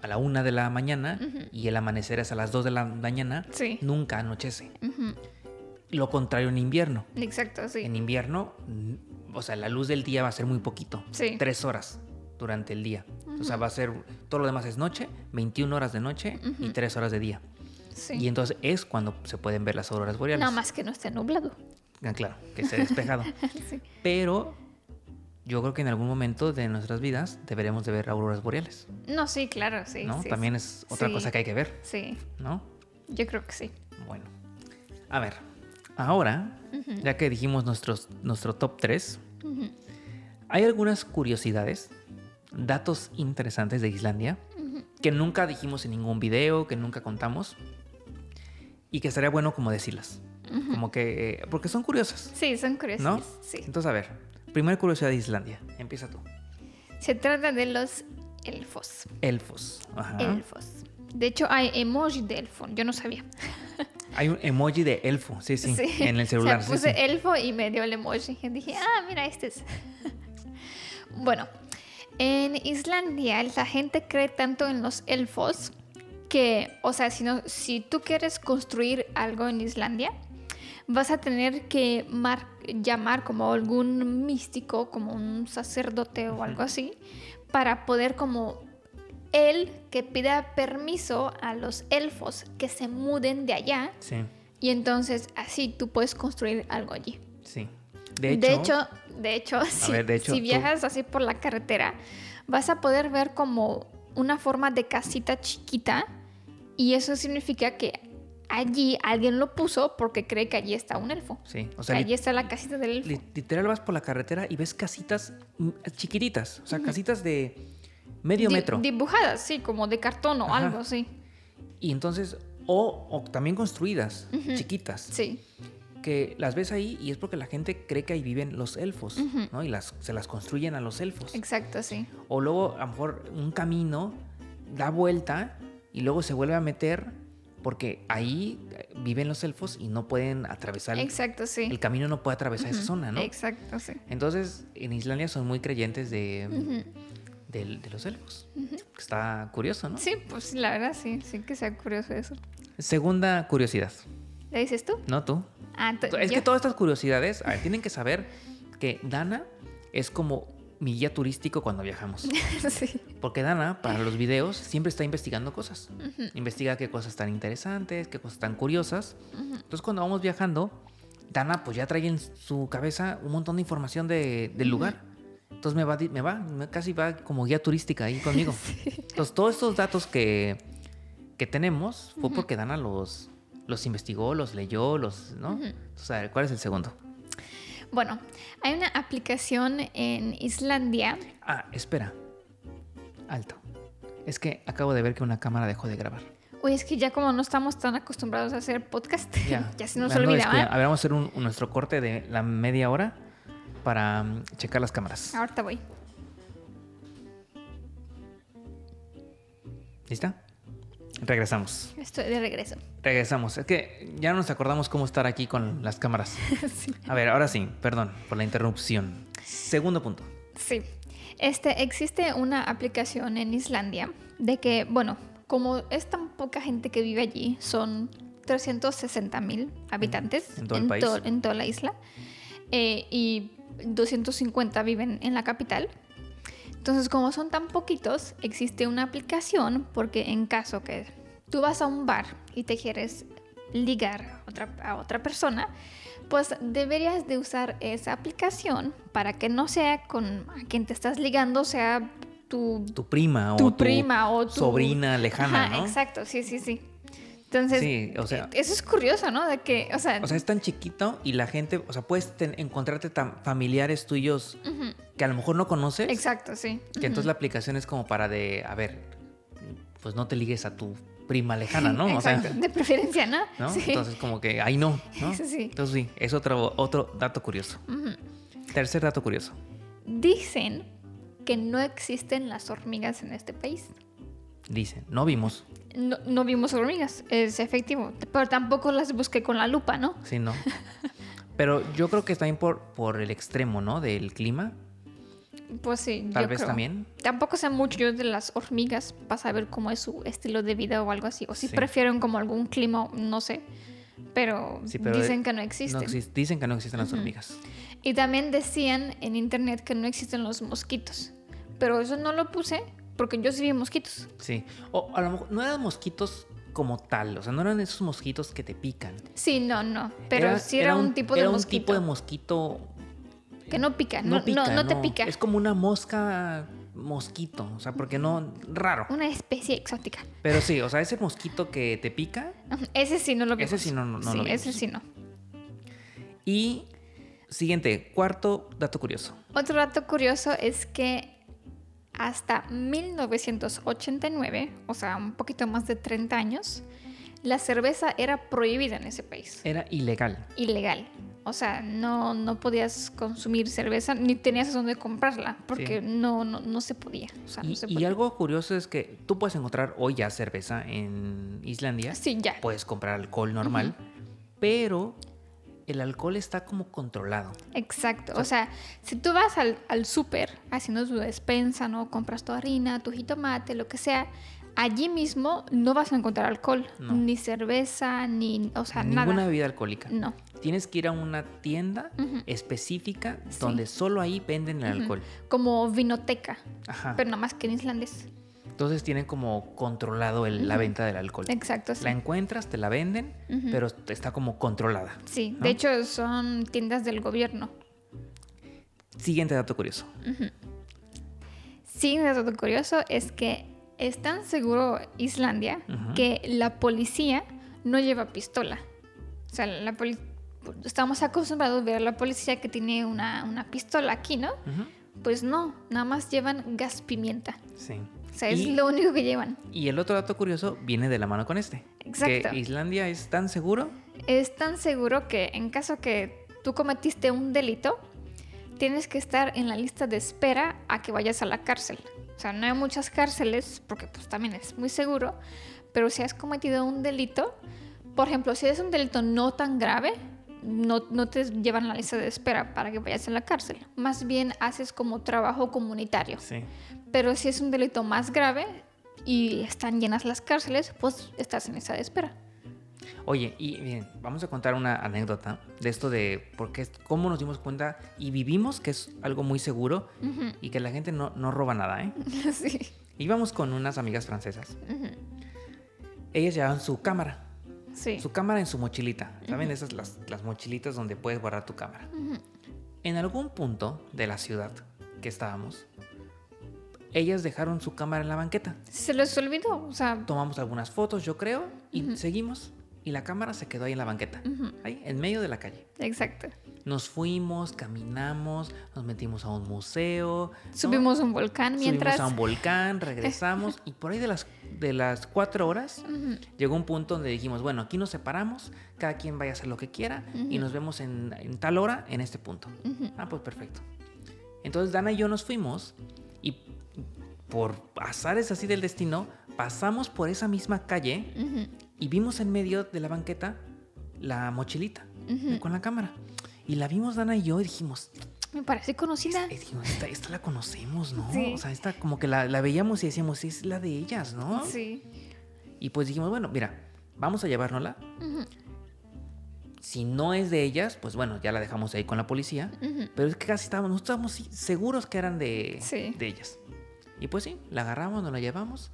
B: a la una de la mañana y el amanecer es a las 2 de la mañana,
A: Sí.
B: nunca anochece.
A: Ujú,
B: Lo contrario en invierno.
A: Exacto, sí.
B: En invierno, n- o sea, la luz del día va a ser muy poquito.
A: Sí.
B: Tres horas durante el día. O sea, va a ser, todo lo demás es noche, 21 horas de noche y tres horas de día.
A: sí.
B: Y entonces es cuando se pueden ver las auroras boreales.
A: Nada más que no esté nublado.
B: Ah, Claro, que se ha despejado.
A: Sí.
B: Pero yo creo que en algún momento de nuestras vidas deberemos de ver auroras boreales,
A: No, sí, claro, sí.
B: ¿no?
A: sí,
B: También
A: sí.
B: es otra
A: Sí.
B: cosa que hay que ver,
A: Sí,
B: ¿no?
A: yo creo que sí.
B: Bueno, a ver, ahora, ya que dijimos nuestros, nuestro top 3,
A: Ujú.
B: Hay algunas curiosidades, datos interesantes de Islandia que nunca dijimos en ningún video, que nunca contamos y que estaría bueno como decirlas. Como que, eh, porque son curiosas,
A: Sí, son
B: ¿no?
A: curiosos. Sí.
B: Entonces, a ver, primera curiosidad de Islandia, empieza tú.
A: Se trata de los elfos.
B: Elfos. Ajá.
A: Elfos. De hecho, hay emoji de elfo. Yo no sabía.
B: Hay un emoji de elfo, sí, sí, en el celular.
A: O sea,
B: sí,
A: puse
B: sí.
A: elfo y me dio el emoji. Y dije, ah, mira, este es. bueno, en Islandia la gente cree tanto en los elfos que, o sea, si, no- si tú quieres construir algo en Islandia, vas a tener que mar- llamar como algún místico, como un sacerdote o algo así, para poder como él que pida permiso a los elfos que se muden de allá
B: Sí,
A: y entonces así tú puedes construir algo allí.
B: sí.
A: De
B: De hecho,
A: hecho, de hecho, si,
B: ver, de hecho,
A: si
B: tú-
A: viajas así por la carretera, vas a poder ver como una forma de casita chiquita y eso significa que allí alguien lo puso porque cree que allí está un elfo.
B: sí, o sea,
A: allí está la casita del elfo.
B: Li- Literal vas por la carretera y ves casitas mm, chiquititas, o sea, casitas de medio
A: Di-
B: metro.
A: Dibujadas, sí, como de cartón o
B: Ajá.
A: algo, sí.
B: Y entonces, o, o también construidas, chiquitas,
A: Sí,
B: que las ves ahí y es porque la gente cree que ahí viven los elfos,
A: Ujú.
B: ¿no? Y las, se las construyen a los elfos.
A: exacto, sí.
B: O luego, a lo mejor, un camino da vuelta y luego se vuelve a meter porque ahí eh, viven los elfos y no pueden atravesar, el,
A: Exacto, sí.
B: el camino no puede atravesar esa zona, ¿no?
A: Exacto, sí.
B: Entonces, en Islandia son muy creyentes de, del- de los elfos. Está curioso, ¿no?
A: Sí, pues la verdad sí, sí que sea curioso eso.
B: Segunda curiosidad,
A: ¿Le dices tú?
B: ¿no tú?
A: Ah, tú-
B: Es
A: yo-
B: que todas estas curiosidades, a ver, tienen que saber que Dana es como mi guía turístico cuando viajamos.
A: sí.
B: Porque Dana, para los videos, siempre está investigando cosas. Investiga qué cosas están interesantes, qué cosas tan curiosas. Entonces, cuando vamos viajando, Dana pues ya trae en su cabeza un montón de información de- del lugar. Entonces me va, di- me va, me- casi va como guía turística ahí conmigo. Entonces, todos estos datos que, que tenemos fue porque Dana los, los investigó, los leyó, los, ¿no? Entonces, a ver, ¿cuál es el segundo?
A: Bueno, hay una aplicación en Islandia.
B: Ah, espera. Alto. Es que acabo de ver que una cámara dejó de grabar.
A: Uy, es que ya como no estamos tan acostumbrados a hacer podcast,
B: Ya,
A: ya, se nos
B: la ando
A: olvidaba.
B: descuidando. A ver, vamos a hacer un- nuestro corte de la media hora para mm, checar las cámaras.
A: Ahorita voy.
B: ¿Lista? Regresamos.
A: Estoy de regreso.
B: Regresamos. Es que ya no nos acordamos cómo estar aquí con las cámaras.
A: sí.
B: A ver, ahora sí, perdón por la interrupción. Segundo punto.
A: Sí. Este, existe una aplicación en Islandia de que, bueno, como es tan poca gente que vive allí, son 360 mil habitantes
B: en todo el país.
A: en toda la isla eh, y 250 viven en la capital. Entonces, como son tan poquitos, existe una aplicación porque en caso que tú vas a un bar y te quieres ligar a otra, a otra persona, pues deberías de usar esa aplicación para que no sea con a quien te estás ligando, sea tu,
B: Tu prima o
A: tu prima o tu
B: sobrina lejana,
A: Ajá,
B: ¿no?
A: Exacto, sí, sí, sí. Entonces,
B: Sí, o sea-
A: eh, eso es curioso, ¿no? De que, o sea,
B: O sea, es tan chiquito y la gente, o sea, puedes ten- encontrarte tan familiares tuyos
A: ujú,
B: que a lo mejor no conoces.
A: exacto, sí.
B: Que entonces la aplicación es como para de, a ver, pues no te ligues a tu prima lejana, ¿no? O sea,
A: Exacto, de preferencia, ¿no?
B: ¿no?
A: Sí.
B: Entonces como que, ahí no, ¿no?
A: Eso sí.
B: Entonces sí, es otro, otro dato curioso.
A: Ujú.
B: Tercer dato curioso.
A: Dicen que no existen las hormigas en este país.
B: Dice, no vimos,
A: No, no vimos hormigas, es efectivo. Pero tampoco las busqué con la lupa, ¿no?
B: sí, no. Pero yo creo que está bien por, por el extremo, ¿no? Del clima.
A: Pues sí,
B: Tal
A: yo
B: vez
A: creo.
B: también.
A: Tampoco sé mucho yo de las hormigas para saber cómo es su estilo de vida o algo así. O si
B: Sí.
A: prefieren como algún clima, no sé. Pero,
B: Sí, pero
A: dicen que no
B: No
A: existen.
B: exis- dicen que no existen las hormigas.
A: y también decían en internet que no existen los mosquitos. Pero eso no lo puse porque yo sí vi mosquitos.
B: Sí. O a lo mejor no eran mosquitos como tal, o sea, no eran esos mosquitos que te pican.
A: Sí, no, no. Pero
B: Era-
A: sí era, un, tipo de
B: era
A: mosquito.
B: un tipo de mosquito
A: Que no pica, no,
B: No,
A: no,
B: pica,
A: no te pica.
B: Es como una mosca mosquito, o sea, porque no, raro.
A: Una especie exótica.
B: Pero sí, o sea, ese mosquito que te pica
A: Ajá, Ese sí no lo vimos.
B: Ese sí no- no- no
A: Sí,
B: lo
A: ese
B: vimos.
A: sí no.
B: y siguiente, cuarto dato curioso.
A: Otro dato curioso es que hasta 1989, o sea, un poquito más de 30 años, la cerveza era prohibida en ese país.
B: Era ilegal.
A: Ilegal. O sea, no, no podías consumir cerveza ni tenías dónde comprarla porque
B: Sí.
A: no, no, no se podía. O sea, Ah, no
B: Y,
A: se
B: y
A: podía.
B: algo curioso es que tú puedes encontrar hoy ya cerveza en Islandia.
A: Ah, Sí, ya.
B: Puedes comprar alcohol normal, pero el alcohol está como controlado.
A: Exacto. O sea, si tú vas al, al súper haciendo tu despensa, ¿no? Compras tu harina, tu jitomate, lo que sea, allí mismo no vas a encontrar alcohol,
B: No.
A: ni cerveza, ni, o sea,
B: Ninguna
A: nada.
B: bebida alcohólica.
A: No.
B: Tienes que ir a una tienda
A: Ujú.
B: específica
A: Sí.
B: donde solo ahí venden el
A: Ujú.
B: alcohol.
A: Como vinoteca,
B: Ajá.
A: pero nada más que en islandés.
B: Entonces tienen como controlado el- la
A: Ujú.
B: venta del alcohol.
A: Exacto, sí.
B: La encuentras, te la venden,
A: Ujú.
B: pero está como controlada.
A: Sí,
B: ¿no?
A: de hecho son tiendas del gobierno.
B: Siguiente dato curioso.
A: Sí, un dato curioso es que es tan seguro Islandia
B: Ujú.
A: que la policía no lleva pistola. O sea, la poli- estamos acostumbrados a ver a la policía que tiene una, una pistola aquí, ¿no?
B: Ujú.
A: Pues no, nada más llevan gas pimienta.
B: Sí.
A: O sea, es
B: y,
A: lo único que llevan.
B: y el otro dato curioso viene de la mano con este.
A: Exacto.
B: Que Islandia es tan seguro.
A: Es tan seguro que en caso que tú cometiste un delito, tienes que estar en la lista de espera a que vayas a la cárcel. O sea, no hay muchas cárceles porque pues también es muy seguro, pero si has cometido un delito, por ejemplo, si es un delito no tan grave, no, no te llevan a la lista de espera para que vayas a la cárcel. Más bien haces como trabajo comunitario.
B: Sí.
A: Pero si es un delito más grave y están llenas las cárceles, pues estás en lista de espera.
B: Oye, y miren, vamos a contar una anécdota de esto de por qué, cómo nos dimos cuenta y vivimos que es algo muy seguro
A: Ujú.
B: y que la gente no, no roba nada, ¿eh?
A: Sí.
B: Íbamos con unas amigas francesas.
A: Ujú.
B: Ellas llevaban su cámara.
A: Sí.
B: Su cámara en su mochilita. ¿Saben? Esas las, las mochilitas donde puedes guardar tu cámara.
A: Ujú.
B: En algún punto de la ciudad que estábamos, ellas dejaron su cámara en la banqueta.
A: Se les olvidó, o sea,
B: Tomamos algunas fotos, yo creo, y seguimos. Y la cámara se quedó ahí en la banqueta.
A: Ujú.
B: Ahí, en medio de la calle.
A: exacto.
B: Nos fuimos, caminamos, nos metimos a un museo. ¿no?
A: Subimos un volcán
B: Subimos
A: mientras...
B: a un volcán, regresamos. y por ahí de las, de las cuatro horas,
A: Ujú.
B: Llegó un punto donde dijimos, bueno, aquí nos separamos, cada quien vaya a hacer lo que quiera y
A: Ujú.
B: nos vemos en, en tal hora en este punto.
A: Ujú.
B: Ah, pues perfecto. Entonces Dana y yo nos fuimos y por azares así del destino, pasamos por esa misma calle
A: Ujú.
B: y vimos en medio de la banqueta la mochilita
A: Ujú.
B: con la cámara. Y la vimos Dana y yo y dijimos,
A: Me parece conocida.
B: eh, dijimos, esta, esta la conocemos, ¿no?
A: Sí.
B: O sea, esta como que la, la veíamos y decíamos, es la de ellas, ¿no?
A: Sí.
B: Y pues dijimos, bueno, mira, vamos a llevárnosla.
A: Ujú.
B: Si no es de ellas, pues bueno, ya la dejamos ahí con la policía.
A: Ujú.
B: Pero es que casi estábamos, no estábamos si- seguros que eran de,
A: Sí.
B: de ellas. Y pues sí, la agarramos, nos la llevamos.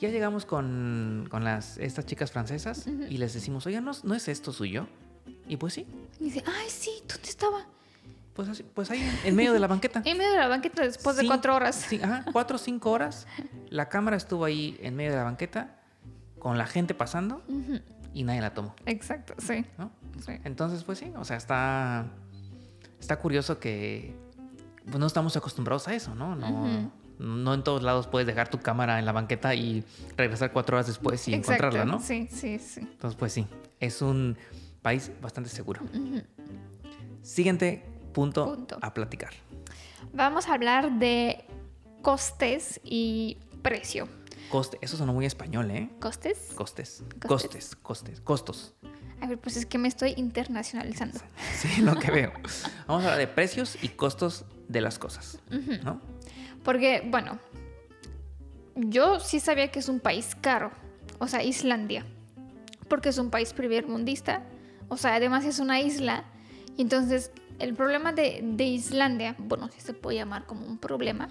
B: Ya llegamos con, con las, estas chicas francesas
A: Ujú.
B: y les decimos, oigan, ¿no, ¿no es esto suyo? Y pues sí,
A: Y dice, ay, sí, ¿dónde estaba?
B: pues, así- pues ahí en, en medio de la banqueta.
A: En medio de la banqueta después de
B: Ah. Sí,
A: cuatro horas.
B: Sí, ajá, cuatro o cinco horas. La cámara estuvo ahí en medio de la banqueta con la gente pasando
A: Ujú,
B: y nadie la tomó,
A: Exacto, sí,
B: ¿no?
A: sí.
B: Entonces, pues sí, o sea, está, está curioso que pues, no estamos acostumbrados a eso, ¿no? No,
A: Ujú.
B: no en todos lados puedes dejar tu cámara en la banqueta y regresar cuatro horas después y
A: Exacto,
B: encontrarla, ¿no?
A: Sí, sí, sí.
B: Entonces, pues sí, es un país bastante seguro.
A: Ujú.
B: Siguiente punto,
A: Punto.
B: a platicar.
A: Vamos a hablar de costes y precio.
B: Coste, eso sonó muy español, ¿eh?
A: ¿Costes?
B: Costes.
A: Costes.
B: Costes, costes, costos.
A: A ver, pues es que me estoy internacionalizando.
B: Sí, lo que veo. Vamos a hablar de precios y costos de las cosas, ¿no?
A: Porque, bueno, yo sí sabía que es un país caro, o sea, Islandia, porque es un país primermundista, o sea, además es una isla, y entonces el problema de, de Islandia, bueno, si se puede llamar como un problema,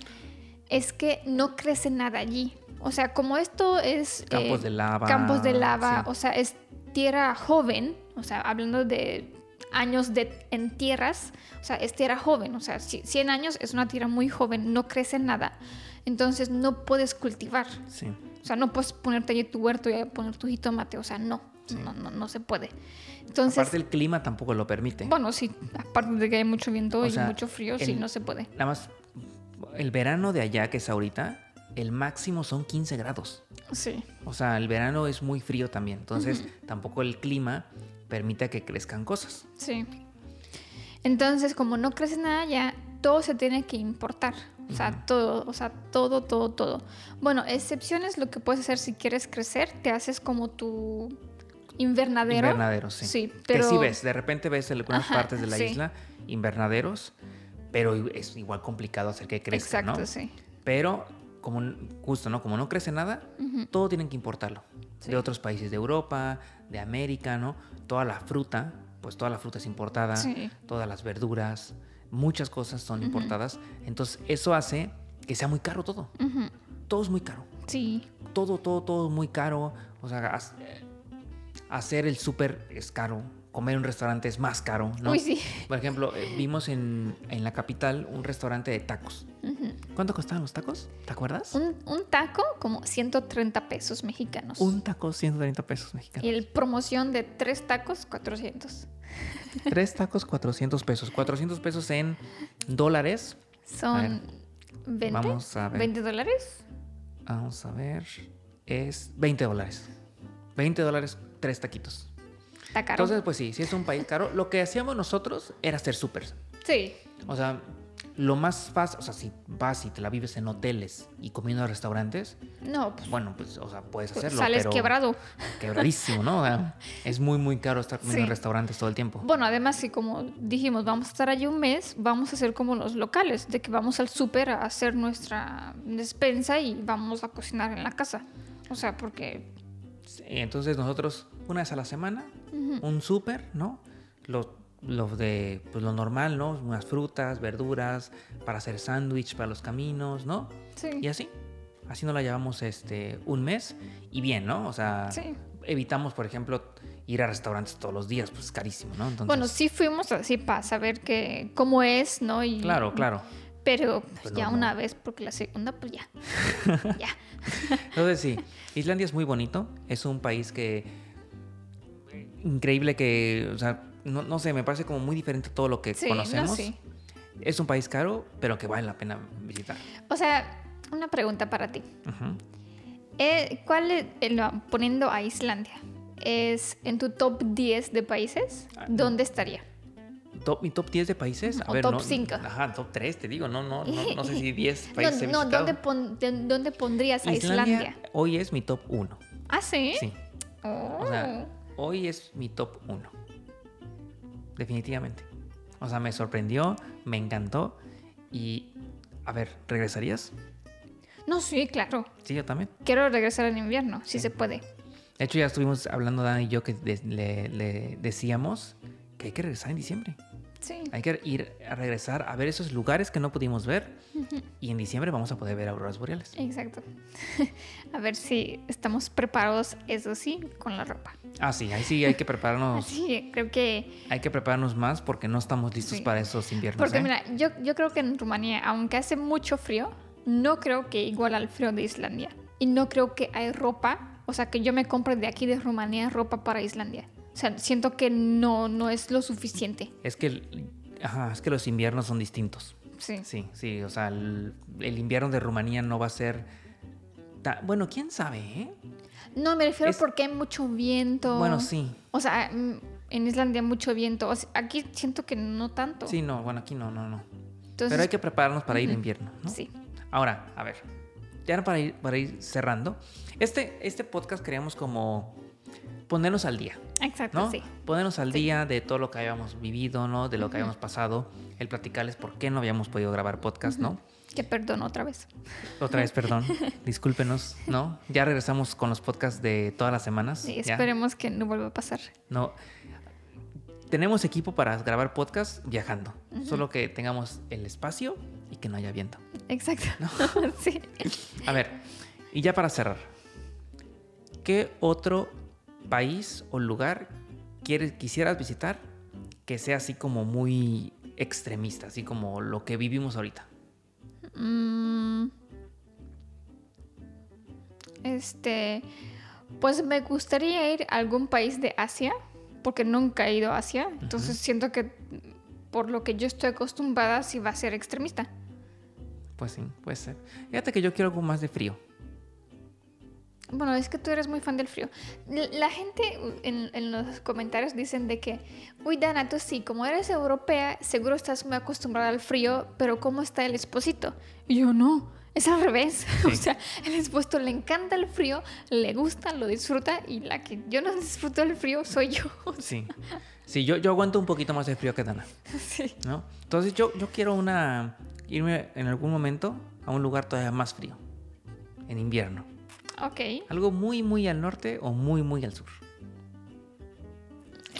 A: es que no crece nada allí. O sea, como esto es... eh,
B: Campos de lava,
A: Campos de lava,
B: sí.
A: o sea, es tierra joven, o sea, hablando de años de, en tierras, o sea, es tierra joven, o sea, ci- 100 años es una tierra muy joven, no crece nada, entonces no puedes cultivar,
B: Sí.
A: o sea, no puedes ponerte allí tu huerto y poner tu jitomate, o sea, no, no, no, no se puede. Entonces,
B: Aparte, el clima tampoco lo permite.
A: bueno, sí, aparte de que hay mucho viento
B: O
A: y
B: sea,
A: mucho frío, sí,
B: el-
A: no se puede.
B: Nada más, el verano de allá, que es ahorita, el máximo son 15 grados.
A: Sí,
B: O sea, el verano es muy frío también. Entonces, tampoco el clima permite que crezcan cosas.
A: sí. Entonces, como no crece nada ya, todo se tiene que importar. O sea, todo, o sea, todo, todo, todo. Bueno, excepciones lo que puedes hacer si quieres crecer, te haces como tu invernadero.
B: Invernaderos, sí.
A: Sí,
B: Que
A: pero-
B: sí ves, de repente ves en algunas
A: Ajá,
B: partes de la
A: sí.
B: isla invernaderos, pero es igual complicado hacer que crezcan,
A: Exacto,
B: ¿no?
A: sí.
B: Pero, como, n- justo, ¿no? Como no crece nada, todo tienen que importarlo. De otros países de Europa, de América, ¿no? Toda la fruta, pues toda la fruta es importada,
A: Sí.
B: todas las verduras, muchas cosas son importadas. Entonces, eso hace que sea muy caro todo.
A: Ujú,
B: Todo es muy caro.
A: Sí,
B: Todo, todo, todo es muy caro. O sea, haz- eh, hacer el súper es caro. Comer en un restaurante es más caro, ¿no?
A: Uy, sí.
B: Por ejemplo, eh, vimos en, en la capital un restaurante de tacos.
A: Ujú.
B: ¿Cuánto costaban los tacos? ¿Te acuerdas?
A: Un, un taco como 130 pesos mexicanos.
B: Un taco 130 pesos
A: Y
B: mexicanos.
A: el promoción de tres tacos, 400.
B: Tres tacos 400 pesos. 400 pesos en dólares.
A: Son 20,
B: Vamos a ver.
A: 20 dólares.
B: Vamos a ver. Es 20 dólares. 20 dólares, tres taquitos.
A: Está caro.
B: Entonces, pues sí, sí es un país caro. Lo que hacíamos nosotros era hacer súper.
A: sí,
B: O sea, lo más fácil, o sea, si vas y te la vives en hoteles y comiendo en restaurantes,
A: no, pues,
B: bueno, pues, o sea, puedes
A: pues,
B: hacerlo.
A: sales
B: pero
A: quebrado.
B: Quebradísimo, ¿no? O sea, es muy, muy caro estar comiendo en
A: Sí.
B: restaurantes todo el tiempo.
A: Bueno, además, sí, como dijimos, vamos a estar allí un mes, vamos a hacer como los locales, de que vamos al súper a hacer nuestra despensa y vamos a cocinar en la casa. O sea, porque
B: Sí, Entonces nosotros una vez a la semana, un súper, ¿no? Los de pues, lo normal, ¿no? Unas frutas, verduras, para hacer sándwich para los caminos, ¿no?
A: sí,
B: Y así. Así nos la llevamos este un mes y bien, ¿no? O sea,
A: Sí.
B: evitamos, por ejemplo, ir a restaurantes todos los días, pues es carísimo, ¿no? Entonces,
A: bueno, sí fuimos así para saber que, cómo es, ¿no? Y,
B: claro, claro.
A: Pero
B: Pues
A: ya
B: no, no.
A: una vez, porque la segunda, pues ya. ya.
B: Entonces sí, Islandia es muy bonito, es un país que eh, increíble que, o sea, no, no sé, me parece como muy diferente a todo lo que
A: Sí, no,
B: conocemos.
A: sí.
B: Es un país caro, pero que vale la pena visitar.
A: O sea, una pregunta para ti.
B: Ujú.
A: Eh, ¿Cuál, es- eh, no, poniendo a Islandia, es en tu top 10 de países?
B: Ah,
A: ¿Dónde estaría?
B: Top, ¿Mi top 10 de países? A
A: O
B: ver,
A: top
B: no-
A: cinco.
B: Ajá, top 3, te digo. No, no, no, no sé si 10 países he
A: no, no,
B: visitado.
A: ¿dónde, pon- de- dónde pondrías a Islandia?
B: Islandia hoy es mi top 1.
A: Ah, sí.
B: Sí.
A: Oh.
B: O sea, hoy es mi top 1. Definitivamente. O sea, me sorprendió, me encantó. Y, a ver, ¿regresarías?
A: No, sí, claro.
B: Sí, yo también.
A: Quiero regresar en invierno, si se puede.
B: De hecho, ya estuvimos hablando, Dan y yo, que de- le, le decíamos que hay que regresar en diciembre.
A: Sí.
B: Hay que ir a regresar a ver esos lugares que no pudimos ver. Y en diciembre vamos a poder ver auroras boreales.
A: Exacto. a ver si estamos preparados, eso sí, con la ropa.
B: Ah, sí, ahí sí hay que prepararnos.
A: Así que creo que...
B: Hay que prepararnos más porque no estamos listos
A: Sí.
B: para esos inviernos.
A: Porque
B: ¿eh?
A: mira, yo, yo creo que en Rumanía, aunque hace mucho frío, no creo que igual al frío de Islandia. Y no creo que hay ropa O sea, que yo me compre de aquí de Rumanía ropa para Islandia. O sea, siento que no, no es lo suficiente.
B: Es que, el- ajá, es que los inviernos son distintos.
A: Sí.
B: Sí, sí, o sea, el, el invierno de Rumanía no va a ser... ta- bueno, quién sabe, ¿eh?
A: No, me refiero
B: Es-
A: porque hay mucho viento.
B: Bueno, sí.
A: O sea, mm, en Islandia mucho viento. O sea, aquí siento que no tanto.
B: Sí, no, bueno, aquí no, no, no.
A: Entonces,
B: Pero hay que prepararnos para ir en invierno, ¿no?
A: Sí.
B: Ahora, a ver, ya para ir, para ir cerrando, este, este podcast queríamos como ponernos al día,
A: Exacto,
B: ¿no?
A: sí.
B: Ponernos al
A: Sí.
B: día de todo lo que habíamos vivido, ¿no? De lo que habíamos pasado, el platicarles por qué no habíamos podido grabar podcast, ¿no?
A: Que perdón otra vez.
B: Otra vez, perdón, discúlpenos, ¿no? Ya regresamos con los podcasts de todas las semanas.
A: Sí,
B: ya.
A: esperemos que no vuelva a pasar.
B: No. Tenemos equipo para grabar podcast viajando, solo que tengamos el espacio y que no haya viento.
A: Exacto. sí.
B: A ver, y ya para cerrar, ¿qué otro país o lugar quieres, quisieras visitar que sea así como muy extremista, así como lo que vivimos ahorita?
A: Mm. Este, pues me gustaría ir a algún país de Asia, porque nunca he ido a Asia, entonces siento que mm, por lo que yo estoy acostumbrada sí va a ser extremista.
B: Pues sí, puede ser. Fíjate que yo quiero algo más de frío.
A: Bueno, es que tú eres muy fan del frío. L- La gente u- en, en los comentarios dicen de que, uy Dana, tú sí, como eres europea, seguro estás muy acostumbrada al frío, pero ¿cómo está el esposito? Y yo no, es al revés. o
B: Sí.
A: sea, el esposito le encanta el frío, le gusta, lo disfruta y la que yo no disfruto el frío soy yo.
B: Sí. Sí, yo, yo aguanto un poquito más de frío que Dana,
A: sí.
B: ¿no? Entonces yo, yo quiero una... irme en algún momento a un lugar todavía más frío, en invierno.
A: Ok.
B: Algo muy, muy al norte o muy, muy al sur.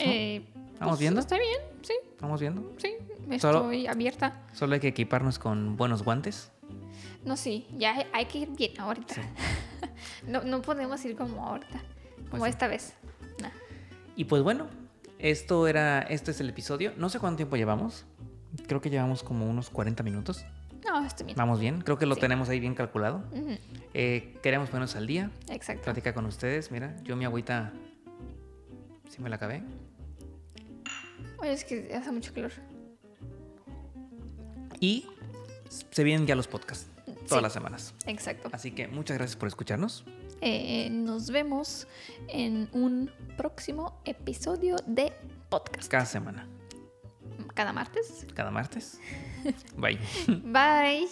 A: eh,
B: ¿Vamos viendo?
A: Está bien, sí,
B: ¿Estamos viendo?
A: sí,
B: Solo-
A: estoy abierta.
B: Solo hay que equiparnos con buenos guantes.
A: No, sí, ya hay- hay que ir bien ahorita.
B: Sí.
A: no, no podemos ir como ahorita, como
B: Pues sí.
A: esta vez. No.
B: Y pues bueno, esto era, este es el episodio. No sé cuánto tiempo llevamos. Creo que llevamos como unos 40 minutos.
A: No, estoy bien.
B: Vamos bien, creo que lo
A: Sí.
B: tenemos ahí bien calculado.
A: Ujú,
B: Eh, queremos ponernos al día,
A: Exacto.
B: platicar con ustedes. Mira, yo mi agüita, si me la acabé.
A: Oye, es que hace mucho calor.
B: Y se vienen ya los podcasts todas
A: Sí.
B: las semanas.
A: Exacto.
B: Así que muchas gracias por escucharnos.
A: Eh, nos vemos en un próximo episodio de podcast.
B: Cada semana,
A: Cada martes.
B: cada martes. Bye.
A: Bye.